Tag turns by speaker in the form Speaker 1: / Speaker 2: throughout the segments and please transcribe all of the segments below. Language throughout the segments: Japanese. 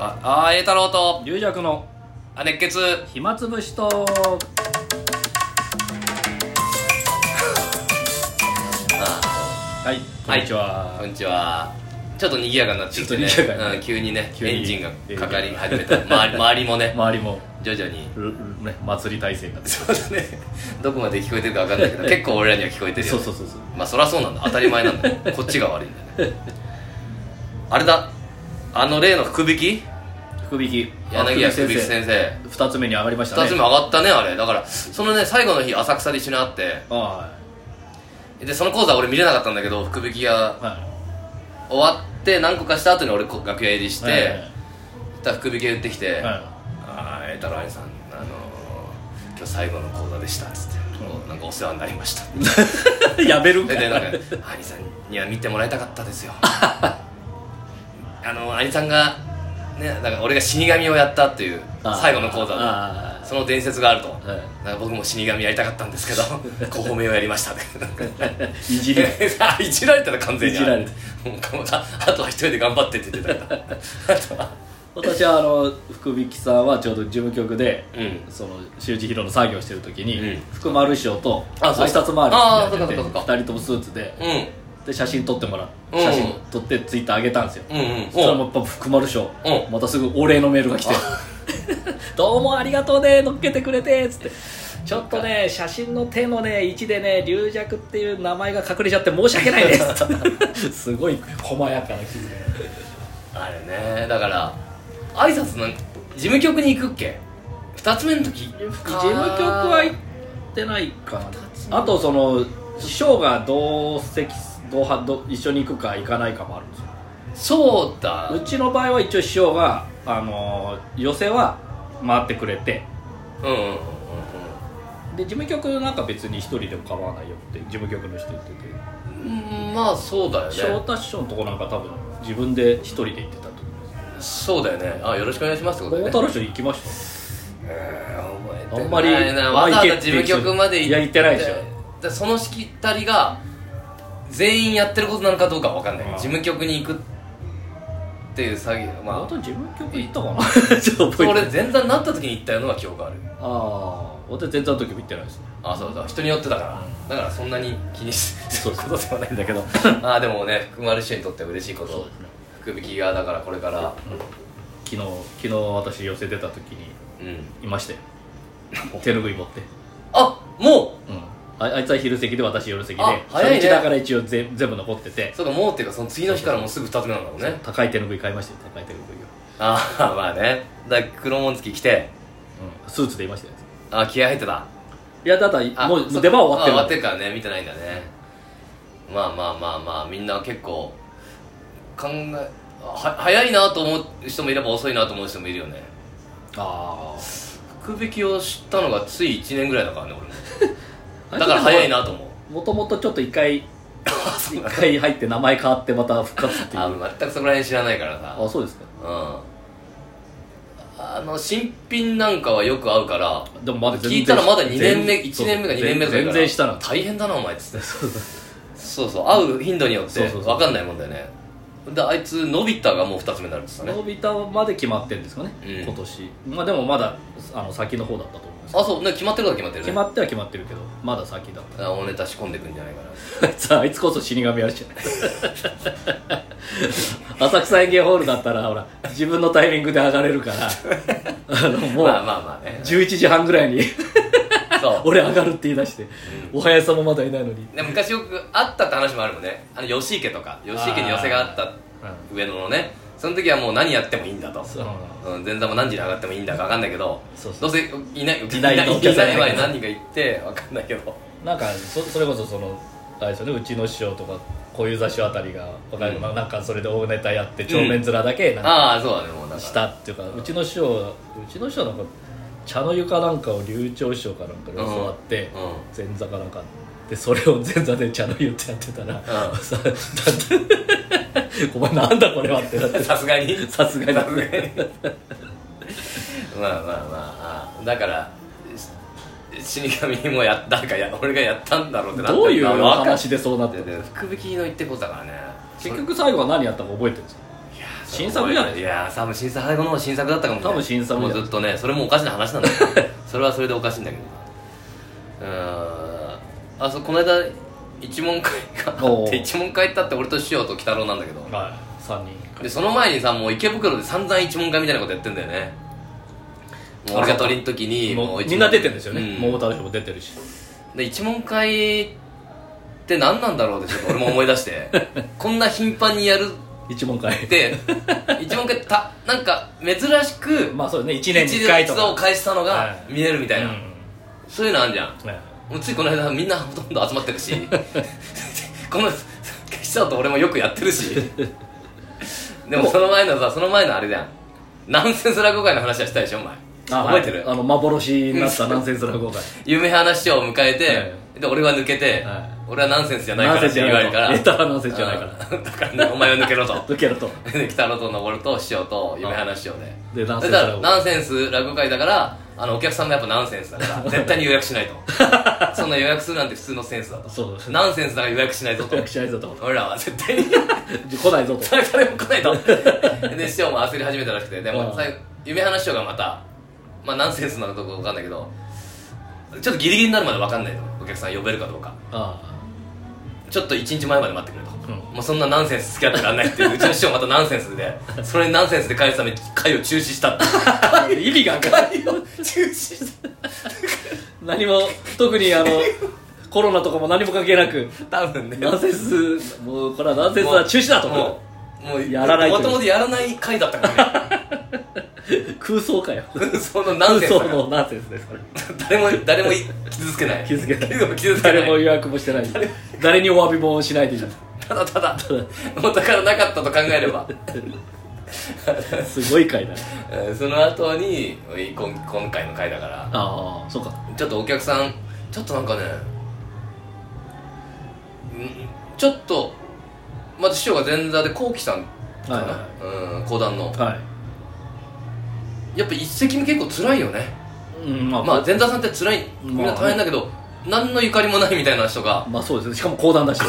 Speaker 1: あ
Speaker 2: ああー栄太郎と
Speaker 1: 龍尺の
Speaker 2: あ熱血
Speaker 1: 暇つぶしとはいこんにちは、
Speaker 2: こんにちはちょっと賑やかになってきてね
Speaker 1: ちょっと賑やかに
Speaker 2: うん、急にね
Speaker 1: 急に
Speaker 2: エンジンがかかり始めた 周り周りもね
Speaker 1: 周りも
Speaker 2: 徐々に
Speaker 1: ルルね祭り体制になって
Speaker 2: そうだねどこまで聞こえてるか分かんない けど結構俺らには聞こえてるよ、
Speaker 1: そうそうそうそう
Speaker 2: まあそりゃそうなんだ当たり前なんだよこっちが悪いんだよねあれだあの例の福引き
Speaker 1: 福引き
Speaker 2: 柳家福引き
Speaker 1: 生
Speaker 2: 先生
Speaker 1: 二つ目に上がりましたね
Speaker 2: 2つ目上がったねあれだからそのね最後の日浅草で一緒に会って
Speaker 1: は
Speaker 2: でその講座俺見れなかったんだけど福引きが
Speaker 1: いは
Speaker 2: 終わって何個かした後に俺こ楽屋入りし
Speaker 1: い
Speaker 2: て、そしたら福引きが言ってきて「
Speaker 1: は
Speaker 2: ああ栄太郎兄さんあのー今日最後の講座でした」っつって、おなんかお世話になりま した」
Speaker 1: い やめるんか
Speaker 2: で
Speaker 1: い
Speaker 2: でなんか「兄さんには見てもらいたかったです よ」あの兄さんがねなんか俺が死神をやったっていう
Speaker 1: あー
Speaker 2: 最後の講座
Speaker 1: あ
Speaker 2: でその伝説があると、
Speaker 1: ーはい
Speaker 2: なんか僕も死神やりたかったんですけ ど小褒めをやりましたね
Speaker 1: いじ り
Speaker 2: あいじられたら完全に
Speaker 1: いじられた
Speaker 2: もうかあとは一人で頑張ってって言ってたからあとは
Speaker 1: 私はあの福引きさんはちょうど事務局で
Speaker 2: うん
Speaker 1: その修二広の作業してる時に、
Speaker 2: うん
Speaker 1: 福丸師匠と
Speaker 2: あ
Speaker 1: 挨
Speaker 2: そう
Speaker 1: 拶回り
Speaker 2: あー
Speaker 1: してやってて
Speaker 2: そうかそうかそうか
Speaker 1: 二人ともスーツで
Speaker 2: うん
Speaker 1: で写真撮ってもらう、
Speaker 2: うん
Speaker 1: 写真撮ってツイッター上げたんですよ、
Speaker 2: うんうん
Speaker 1: そしたらもうやっぱ福丸師匠、
Speaker 2: うん
Speaker 1: またすぐお礼のメールが来て「 どうもありがとうね乗っけてくれて」っつって「ちょっとね写真の手のね位置でね龍尺っていう名前が隠れちゃって申し訳ないで す」すごい細やかな気づ
Speaker 2: あれねだから挨拶の事務局に行くっけ二つ目の時事
Speaker 1: 事務局は行ってないかなあとその師匠が同席同伴同一緒に行くか行かないかもあるんですよ
Speaker 2: そうだ
Speaker 1: うちの場合は一応師匠が、あのー寄せは回ってくれて
Speaker 2: うんうんうんうんうん
Speaker 1: で事務局なんか別に一人でも構わないよって事務局の人言ってて、
Speaker 2: うんまあそうだよ
Speaker 1: 翔
Speaker 2: ね
Speaker 1: 太師匠のとこなんか多分自分で一人で行ってたと思
Speaker 2: そうだよねあよろしくお願いしますってこ
Speaker 1: う
Speaker 2: と
Speaker 1: 太
Speaker 2: だよね
Speaker 1: 郎師匠行きました
Speaker 2: えー覚えて
Speaker 1: あ
Speaker 2: ない
Speaker 1: んまり
Speaker 2: なわざわざ事務局まで行って
Speaker 1: いや行ってないでしょ
Speaker 2: でそのしきったりが全員やってることなのかどうかわかんない
Speaker 1: ああ
Speaker 2: 事務局に行くっていう作業まあ
Speaker 1: 本当事務局行ったかな ちょっと覚え てない
Speaker 2: 俺前座になった時に行ったような記憶ある
Speaker 1: ああ私全然の時も行ってないですね
Speaker 2: あそうそう人によってだからだからそんなに気にし
Speaker 1: そう
Speaker 2: ることではないんだけどああでもね福丸師匠にとっては嬉しいこと福引きがだからこれから
Speaker 1: 昨日昨日私寄せ出た時に
Speaker 2: うん
Speaker 1: いました よ手拭い持って、
Speaker 2: あも
Speaker 1: うん、ああいつは昼席で私夜席で
Speaker 2: あ早いね
Speaker 1: 初日だから一応ぜ全部残ってて
Speaker 2: う、そうかもうっていうかその次の日からもうすぐ2つ目なんだもんね
Speaker 1: 高い手拭い買いましたよ高い手拭いを、う
Speaker 2: ああまあねだから黒紋付き来て
Speaker 1: ん、スーツでいましたよ
Speaker 2: あー気合入ってた
Speaker 1: いやだから
Speaker 2: あ
Speaker 1: もう
Speaker 2: そ
Speaker 1: 出番終わってる
Speaker 2: あ終わってるからね見てないんだねまあまあまあまあみんな結構考えあは早いなと思う人もいれば遅いなと思う人もいるよね
Speaker 1: あ
Speaker 2: 福引きを知ったのがつい1年ぐらいだからね俺も
Speaker 1: あ
Speaker 2: だから早いなと思う
Speaker 1: もともとちょっと一回一回入って名前変わってまた復活っていう
Speaker 2: あ
Speaker 1: あ
Speaker 2: 全くそこら辺知らないからさ
Speaker 1: そうですか
Speaker 2: うんあの新品なんかはよく合うから
Speaker 1: でもまだ全然
Speaker 2: 聞いたらまだ2年目
Speaker 1: 全
Speaker 2: 1年目か2年目とかだから
Speaker 1: 全然したな
Speaker 2: 大変だなお前っ つってそうそう会う頻度によって
Speaker 1: そうそうそう
Speaker 2: 分かんないもんだよねであいつのび太がもう2つ目になるって言ってた
Speaker 1: 伸
Speaker 2: ね
Speaker 1: びたまで決まってるんですかね、
Speaker 2: うん
Speaker 1: 今年まあでもまだあの先の方だったと思います
Speaker 2: あそうね決まってることは決まって
Speaker 1: 決
Speaker 2: るね
Speaker 1: まっては決まってるけどまだ先だっ
Speaker 2: あおネタ仕込んでくんじゃないかな
Speaker 1: たあいつあいつこそ死神やるじゃない 浅草園芸ホールだったらほら自分のタイミングで上がれるからあのもう、
Speaker 2: まあまあまあね
Speaker 1: 11時半ぐらいに
Speaker 2: そう
Speaker 1: 俺上がるって言い出して、おはやさんもまだいないのに
Speaker 2: でも昔よくあったって話もあるもんねあの吉池とか吉池に寄せがあった上野のねその時はもう何やってもいいんだと
Speaker 1: そう
Speaker 2: うん、前座も何時に上がってもいいんだか分かんないけど
Speaker 1: そう
Speaker 2: ど
Speaker 1: そう
Speaker 2: うせいない
Speaker 1: 時代の
Speaker 2: いない
Speaker 1: 時
Speaker 2: い
Speaker 1: 代
Speaker 2: な
Speaker 1: の
Speaker 2: い前に何人か行って分かんないけど
Speaker 1: なんかそそれこそそのあれですよねうちの師匠とかこういう座匠あたりがわかる、
Speaker 2: うん
Speaker 1: まあ、なんかそれで大ネタやって帳面面だけなんか
Speaker 2: ああそうだねもうなん
Speaker 1: し
Speaker 2: か
Speaker 1: たっていうかうちの師匠うちの師匠なんか茶の床なんかを流暢師匠かなんかに教わって、
Speaker 2: う
Speaker 1: 前座かなんかでそれを 前座で茶の湯ってやってたら、
Speaker 2: ん
Speaker 1: さだって お前なんだこれはってなって
Speaker 2: んさすがに
Speaker 1: さすがに
Speaker 2: さすがに まあまあまああだからし死神もやったかや俺がやったんだろうってなって
Speaker 1: どういう
Speaker 2: わかん
Speaker 1: 話でそうなって
Speaker 2: でで福引きの言ってことだからね
Speaker 1: 結局最後は何やったか覚えてるんですか
Speaker 2: いや
Speaker 1: 新作じゃない
Speaker 2: いやー多分新作最後の方新作だったかもしれない
Speaker 1: 多分新作
Speaker 2: もうずっとねそれもおかしな話なんだけど それはそれでおかしいんだけどうーんあそうこの間一問会があ
Speaker 1: お
Speaker 2: っ
Speaker 1: ー
Speaker 2: て一問会行ったって俺と師匠と鬼太郎なんだけど
Speaker 1: はい3人
Speaker 2: でその前にさもう池袋で散々一問会みたいなことやってんだよねもう俺が鳥の時に
Speaker 1: も
Speaker 2: も
Speaker 1: う
Speaker 2: う一問
Speaker 1: みんな出てるんですよね、
Speaker 2: う
Speaker 1: 桃太郎賞も出てるし
Speaker 2: で一問会って何なんだろうってちょっと俺も思い出して こんな頻繁にやる
Speaker 1: 一問会
Speaker 2: って一問会たなんか珍しく
Speaker 1: まあそうです
Speaker 2: 一
Speaker 1: ね1年に1回
Speaker 2: 度
Speaker 1: と
Speaker 2: を
Speaker 1: か
Speaker 2: 返したの
Speaker 1: は
Speaker 2: が
Speaker 1: い
Speaker 2: 見えるみたいな、
Speaker 1: う
Speaker 2: そういうのあるじゃん
Speaker 1: んね
Speaker 2: もうついこの間みんなほとんど集まってる しこの消しちゃうと俺もよくやってるしでもその前のさその前のあれじゃんナンセンス落語会の話はしたでしょお前
Speaker 1: あ
Speaker 2: 覚えてる、
Speaker 1: はいあの幻になったナンセンス落語会
Speaker 2: 夢話師匠を迎えて、
Speaker 1: は
Speaker 2: で俺は抜けて、
Speaker 1: はい
Speaker 2: 俺はナンセンスじゃないか
Speaker 1: ナ
Speaker 2: ら
Speaker 1: ンセン
Speaker 2: って
Speaker 1: スじゃ
Speaker 2: 言
Speaker 1: な
Speaker 2: わ
Speaker 1: い
Speaker 2: れるから
Speaker 1: ネタはナンセンスじゃないから
Speaker 2: うん だから、ね、お前は抜けろと
Speaker 1: 抜けると
Speaker 2: で 北野と登ると師匠と夢話師匠で
Speaker 1: でナンセ
Speaker 2: だから
Speaker 1: ンス落語
Speaker 2: ナンセンス落語会だからあのお客さんもやっぱナンセンスだから 絶対に予約しないとそんな予約するなんて普通のセンスだ と
Speaker 1: そうですね
Speaker 2: ナンセンスだから予約しないぞと
Speaker 1: 予約しないぞと
Speaker 2: 俺らは絶対に
Speaker 1: 来ないぞと
Speaker 2: 誰も来ないと で師匠も焦り始めたらしくてでも
Speaker 1: うん
Speaker 2: 最後夢話師匠がまたまあナンセンスなのかどうか分かんないけどちょっとギリギリになるまで分かんないとお客さん呼べるかどうか
Speaker 1: あ
Speaker 2: ちょっと1日前まで待ってくれと、
Speaker 1: うん
Speaker 2: もうそんなナンセンス付き合ってらんないっていううちの師匠またナンセンスでそれにナンセンスで返すために会を中止したって
Speaker 1: あ意味が分からない
Speaker 2: 中止した
Speaker 1: 何も特にあのコロナとかも何も関係なく
Speaker 2: 多分ね
Speaker 1: ナンセンスもうこれはナンセンスは中止だと
Speaker 2: も
Speaker 1: も
Speaker 2: うもう
Speaker 1: やらないと
Speaker 2: も
Speaker 1: いう
Speaker 2: ともとやらない会だったからね
Speaker 1: う空想かよ
Speaker 2: そのナン
Speaker 1: 空
Speaker 2: センスだ
Speaker 1: 想
Speaker 2: から
Speaker 1: のナンセンスですこれ
Speaker 2: 誰も誰も傷つけない
Speaker 1: 傷つけない
Speaker 2: 傷つけな
Speaker 1: 誰も
Speaker 2: い
Speaker 1: 予約もしてない誰にお詫びもしないでしょ
Speaker 2: ただただお宝なかったと考えれば、
Speaker 1: すごい回だね
Speaker 2: えーその後に今今回の会だから
Speaker 1: ああそうか
Speaker 2: ちょっとお客さんちょっとなんかねんちょっとまた師匠が前座でこうきさんかな、
Speaker 1: はいは
Speaker 2: うん講談の
Speaker 1: はい
Speaker 2: やっぱ一席も結構辛いよね
Speaker 1: うんまあ、
Speaker 2: ま
Speaker 1: ま
Speaker 2: あ
Speaker 1: あ、
Speaker 2: 前座さんって辛い
Speaker 1: まあ
Speaker 2: みんな大変だけど、何のゆかりもないみたいな人が
Speaker 1: まあそうですねしかも講談 だし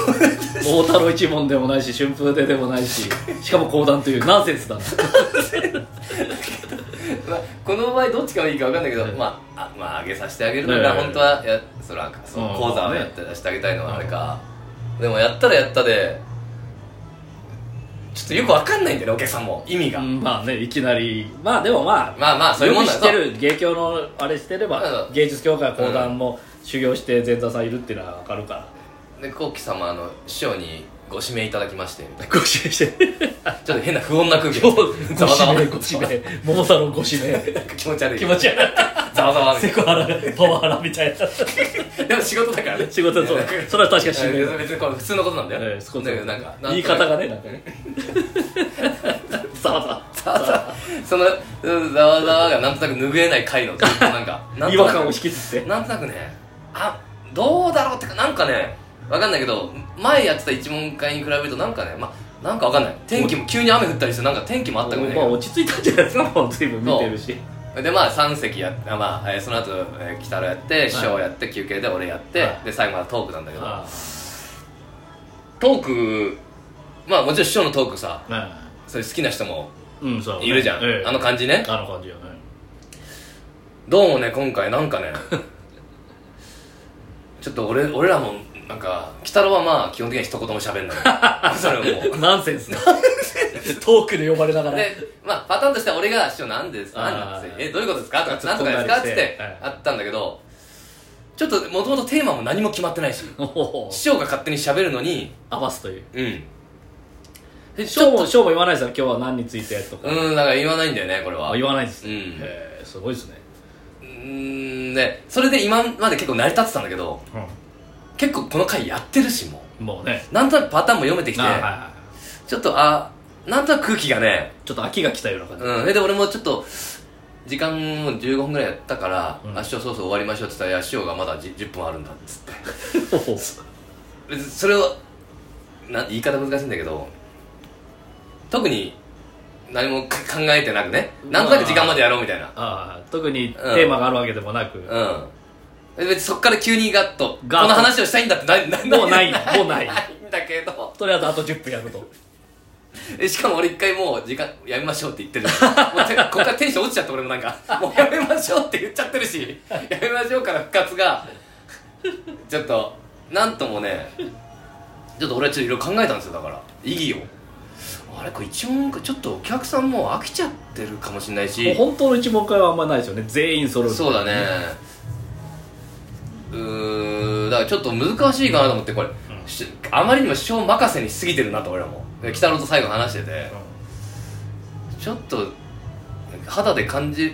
Speaker 1: 桃太郎一門でもないし春風亭でもないししかも講談というナンセンスだな
Speaker 2: まあ この場合どっちがいいか分かんないけど、
Speaker 1: はい
Speaker 2: まあ、あまあ上げさせてあげる
Speaker 1: は
Speaker 2: の
Speaker 1: いは
Speaker 2: が
Speaker 1: いはい
Speaker 2: 本当はやそらその
Speaker 1: うん
Speaker 2: 講座を
Speaker 1: まあ
Speaker 2: やっ
Speaker 1: ね
Speaker 2: て出してあげたいのはあれか、でもやったらやったでちょっとよく分かんないんだよねお客さんも意味が、
Speaker 1: うんまあねいきなりまあでもまあ
Speaker 2: まあまあそういう
Speaker 1: よ
Speaker 2: もん
Speaker 1: く
Speaker 2: だ
Speaker 1: 知ってる芸協のあれしてれば
Speaker 2: うん
Speaker 1: 芸術協会は講談も修行して前座さんいるっていうのは分かるから
Speaker 2: で幸喜様あの師匠にご指名いただきまして
Speaker 1: ご指名して
Speaker 2: ちょっと変な不穏な空気
Speaker 1: ご
Speaker 2: が
Speaker 1: 指
Speaker 2: ざわざわ
Speaker 1: 名ご指名桃太郎ご指名
Speaker 2: 気持ち悪い
Speaker 1: 気持ち悪
Speaker 2: ざわざわ
Speaker 1: いセクハラパワハラみたいな
Speaker 2: でも仕事だからね
Speaker 1: 仕事だそう
Speaker 2: いやなんか
Speaker 1: それは確かに仕事だ
Speaker 2: いや別にこれ普通のことなんだよ、
Speaker 1: ええそう
Speaker 2: だけどなんかなんとなく
Speaker 1: 言い方がねなんか ねざわざわ
Speaker 2: ざわざわ そのうんざわざわがなんとなく拭えない回のずっ となんかなんとなく
Speaker 1: 違和感を引きずって
Speaker 2: なんとなくねあどうだろうってかなんかねわかんないけど前やってた一問会に比べるとなんかねまあなんかわかんない天気も急に雨降ったりしてなんか天気もあったかもね
Speaker 1: まあ落ち着いたんじゃない ですかもう随分見てるし
Speaker 2: でまあ3席やって、あまあえーその後、えー、北野やって師匠やって休憩で俺やって、
Speaker 1: はい
Speaker 2: で最後までトークなんだけど、
Speaker 1: あ
Speaker 2: トークまあもちろん師匠のトークさ
Speaker 1: あね
Speaker 2: それ好きな人も
Speaker 1: うんそう
Speaker 2: いるじゃん、
Speaker 1: ええ
Speaker 2: あの感じね
Speaker 1: あの感じよね
Speaker 2: どうもね今回なんかね ちょっと俺俺らもなんか北野はまあ基本的には一言も喋んない それはもう
Speaker 1: ナンセンスだトークで呼ばれながら
Speaker 2: で、まあ、パターンとしては俺が「師匠なんです
Speaker 1: あー
Speaker 2: なんですえどういうことですか?」とか「
Speaker 1: 突
Speaker 2: な
Speaker 1: っ
Speaker 2: ん
Speaker 1: 込
Speaker 2: と
Speaker 1: ん
Speaker 2: か
Speaker 1: だ
Speaker 2: です
Speaker 1: り
Speaker 2: か?」っつっ
Speaker 1: して
Speaker 2: て
Speaker 1: はい
Speaker 2: あったんだけどちょっともともとテーマも何も決まってないし
Speaker 1: おお
Speaker 2: 師匠が勝手に喋るのに
Speaker 1: 合わすという
Speaker 2: うんで
Speaker 1: ショーもショーも言わないですよ今日は何についてとか
Speaker 2: うんだから言わないんだよねこれは
Speaker 1: あ言わないです
Speaker 2: うん
Speaker 1: へえすごいですね
Speaker 2: うーんでそれで今まで結構成り立ってたんだけど結構この回やってるしも
Speaker 1: もうね
Speaker 2: うなんとなくパターンも読めてきて
Speaker 1: あはいは
Speaker 2: ちょっとあなんとなく空気がね
Speaker 1: いちょっと秋が来たような感じ
Speaker 2: うん、それで俺もちょっと時間も15分ぐらいやったから「
Speaker 1: うん
Speaker 2: あ師匠そろそろ終わりましょう」って言ったらいや「師匠がまだじ 10, 分あるんだ」っつって
Speaker 1: おお
Speaker 2: 別にそれをな言い方難しいんだけど特に何もか考えてなくね何となく時間までやろうみたいな
Speaker 1: ああ特にテーマがあるわけでもなく
Speaker 2: うん別にそっから急にガッと
Speaker 1: ガッ
Speaker 2: こ
Speaker 1: と
Speaker 2: の 話をしたいんだってなな
Speaker 1: もうないもうない
Speaker 2: ないんだけど
Speaker 1: とりあえずあと10分やると
Speaker 2: えしかも俺一回もう時間やめましょうって言ってるもうてここからテンション落ちちゃって俺もなんかもうやめましょうって言っちゃってるしやめましょうから復活がちょっとなんともねちょっと俺はちょっといろいろ考えたんですよだから意義をあれこれ一問ちょっとお客さんもう飽きちゃってるかもしれない
Speaker 1: もう
Speaker 2: し
Speaker 1: 本当の一問会はあんまないですよね全員揃う
Speaker 2: そうだねうーんだからちょっと難しいかなと思ってこれ、しあまりにも師匠任せにしすぎてるなと俺らもで北野と最後話しててちょっと肌で感じ、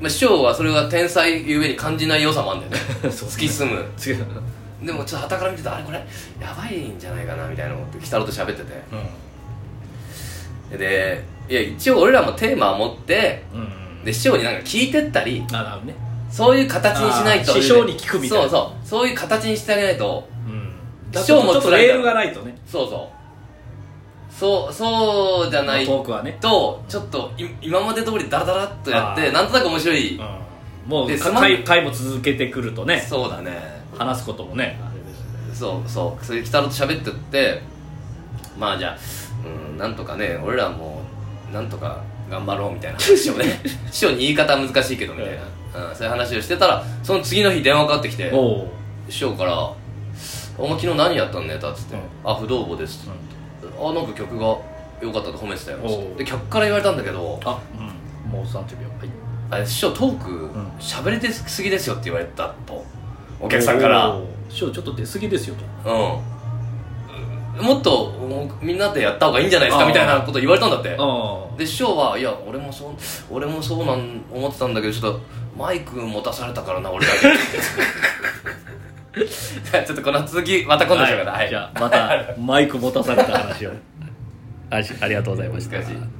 Speaker 2: まあ、師匠はそれが天才ゆえに感じない良さもあるんだよね
Speaker 1: そう
Speaker 2: 突き進む
Speaker 1: 次うん
Speaker 2: でもちょっと傍から見てたあれこれやばいんじゃないかなみたいな思って北野と喋っててでいや一応俺らもテーマを持って
Speaker 1: うん
Speaker 2: で師匠になんか聞いてったり
Speaker 1: なるほどね
Speaker 2: そういう形にしないと
Speaker 1: あー師匠に聞くみたいな
Speaker 2: そうそうそういう形にしてあげないと
Speaker 1: うん
Speaker 2: 師
Speaker 1: ちょ
Speaker 2: 匠も
Speaker 1: っと
Speaker 2: 辛い
Speaker 1: レ
Speaker 2: だろ
Speaker 1: ール
Speaker 2: う
Speaker 1: がないとね
Speaker 2: そうそうそうそうじゃない
Speaker 1: トークはね
Speaker 2: とちょっとい今まで通りダラダラっとやっ
Speaker 1: あ
Speaker 2: て
Speaker 1: ー
Speaker 2: なんとなく面白い
Speaker 1: もう
Speaker 2: で
Speaker 1: か
Speaker 2: すまん
Speaker 1: 回回も続けてくるとね
Speaker 2: そうだね
Speaker 1: 話すこともね
Speaker 2: そうそうそれで北野と喋ってってまあじゃあうんなんとかね俺らもなんとか頑張ろうみたいな話をね師匠に言い方は難しいけどみたいな、うん、そういう話をしてたらその次の日電話かかってきて
Speaker 1: おお
Speaker 2: 師匠から「お前昨日何やったのネタ」っつって
Speaker 1: うん
Speaker 2: 「あ不動坊です」っつって「あなんか曲が良かったと褒めてたよ」つっ
Speaker 1: おう
Speaker 2: てで客から言われたんだけど
Speaker 1: あうんもう30秒はい
Speaker 2: 「あれ師匠トーク
Speaker 1: ん
Speaker 2: 喋りすぎですよ」って言われたとお客さんから
Speaker 1: おー師匠ちょっと出過ぎですよと
Speaker 2: うん、もっともうみんなでやった方がいいんじゃないですか
Speaker 1: あー
Speaker 2: みたいなこと言われたんだって
Speaker 1: あ
Speaker 2: で師匠はいや俺もそう俺もそうなん思ってたんだけどちょっとマイク持たされたからな俺だ けちょっとこの続きまた今度しようかな、はい
Speaker 1: じゃあまたマイク持たされた話をあしありがとうございました
Speaker 2: 難しい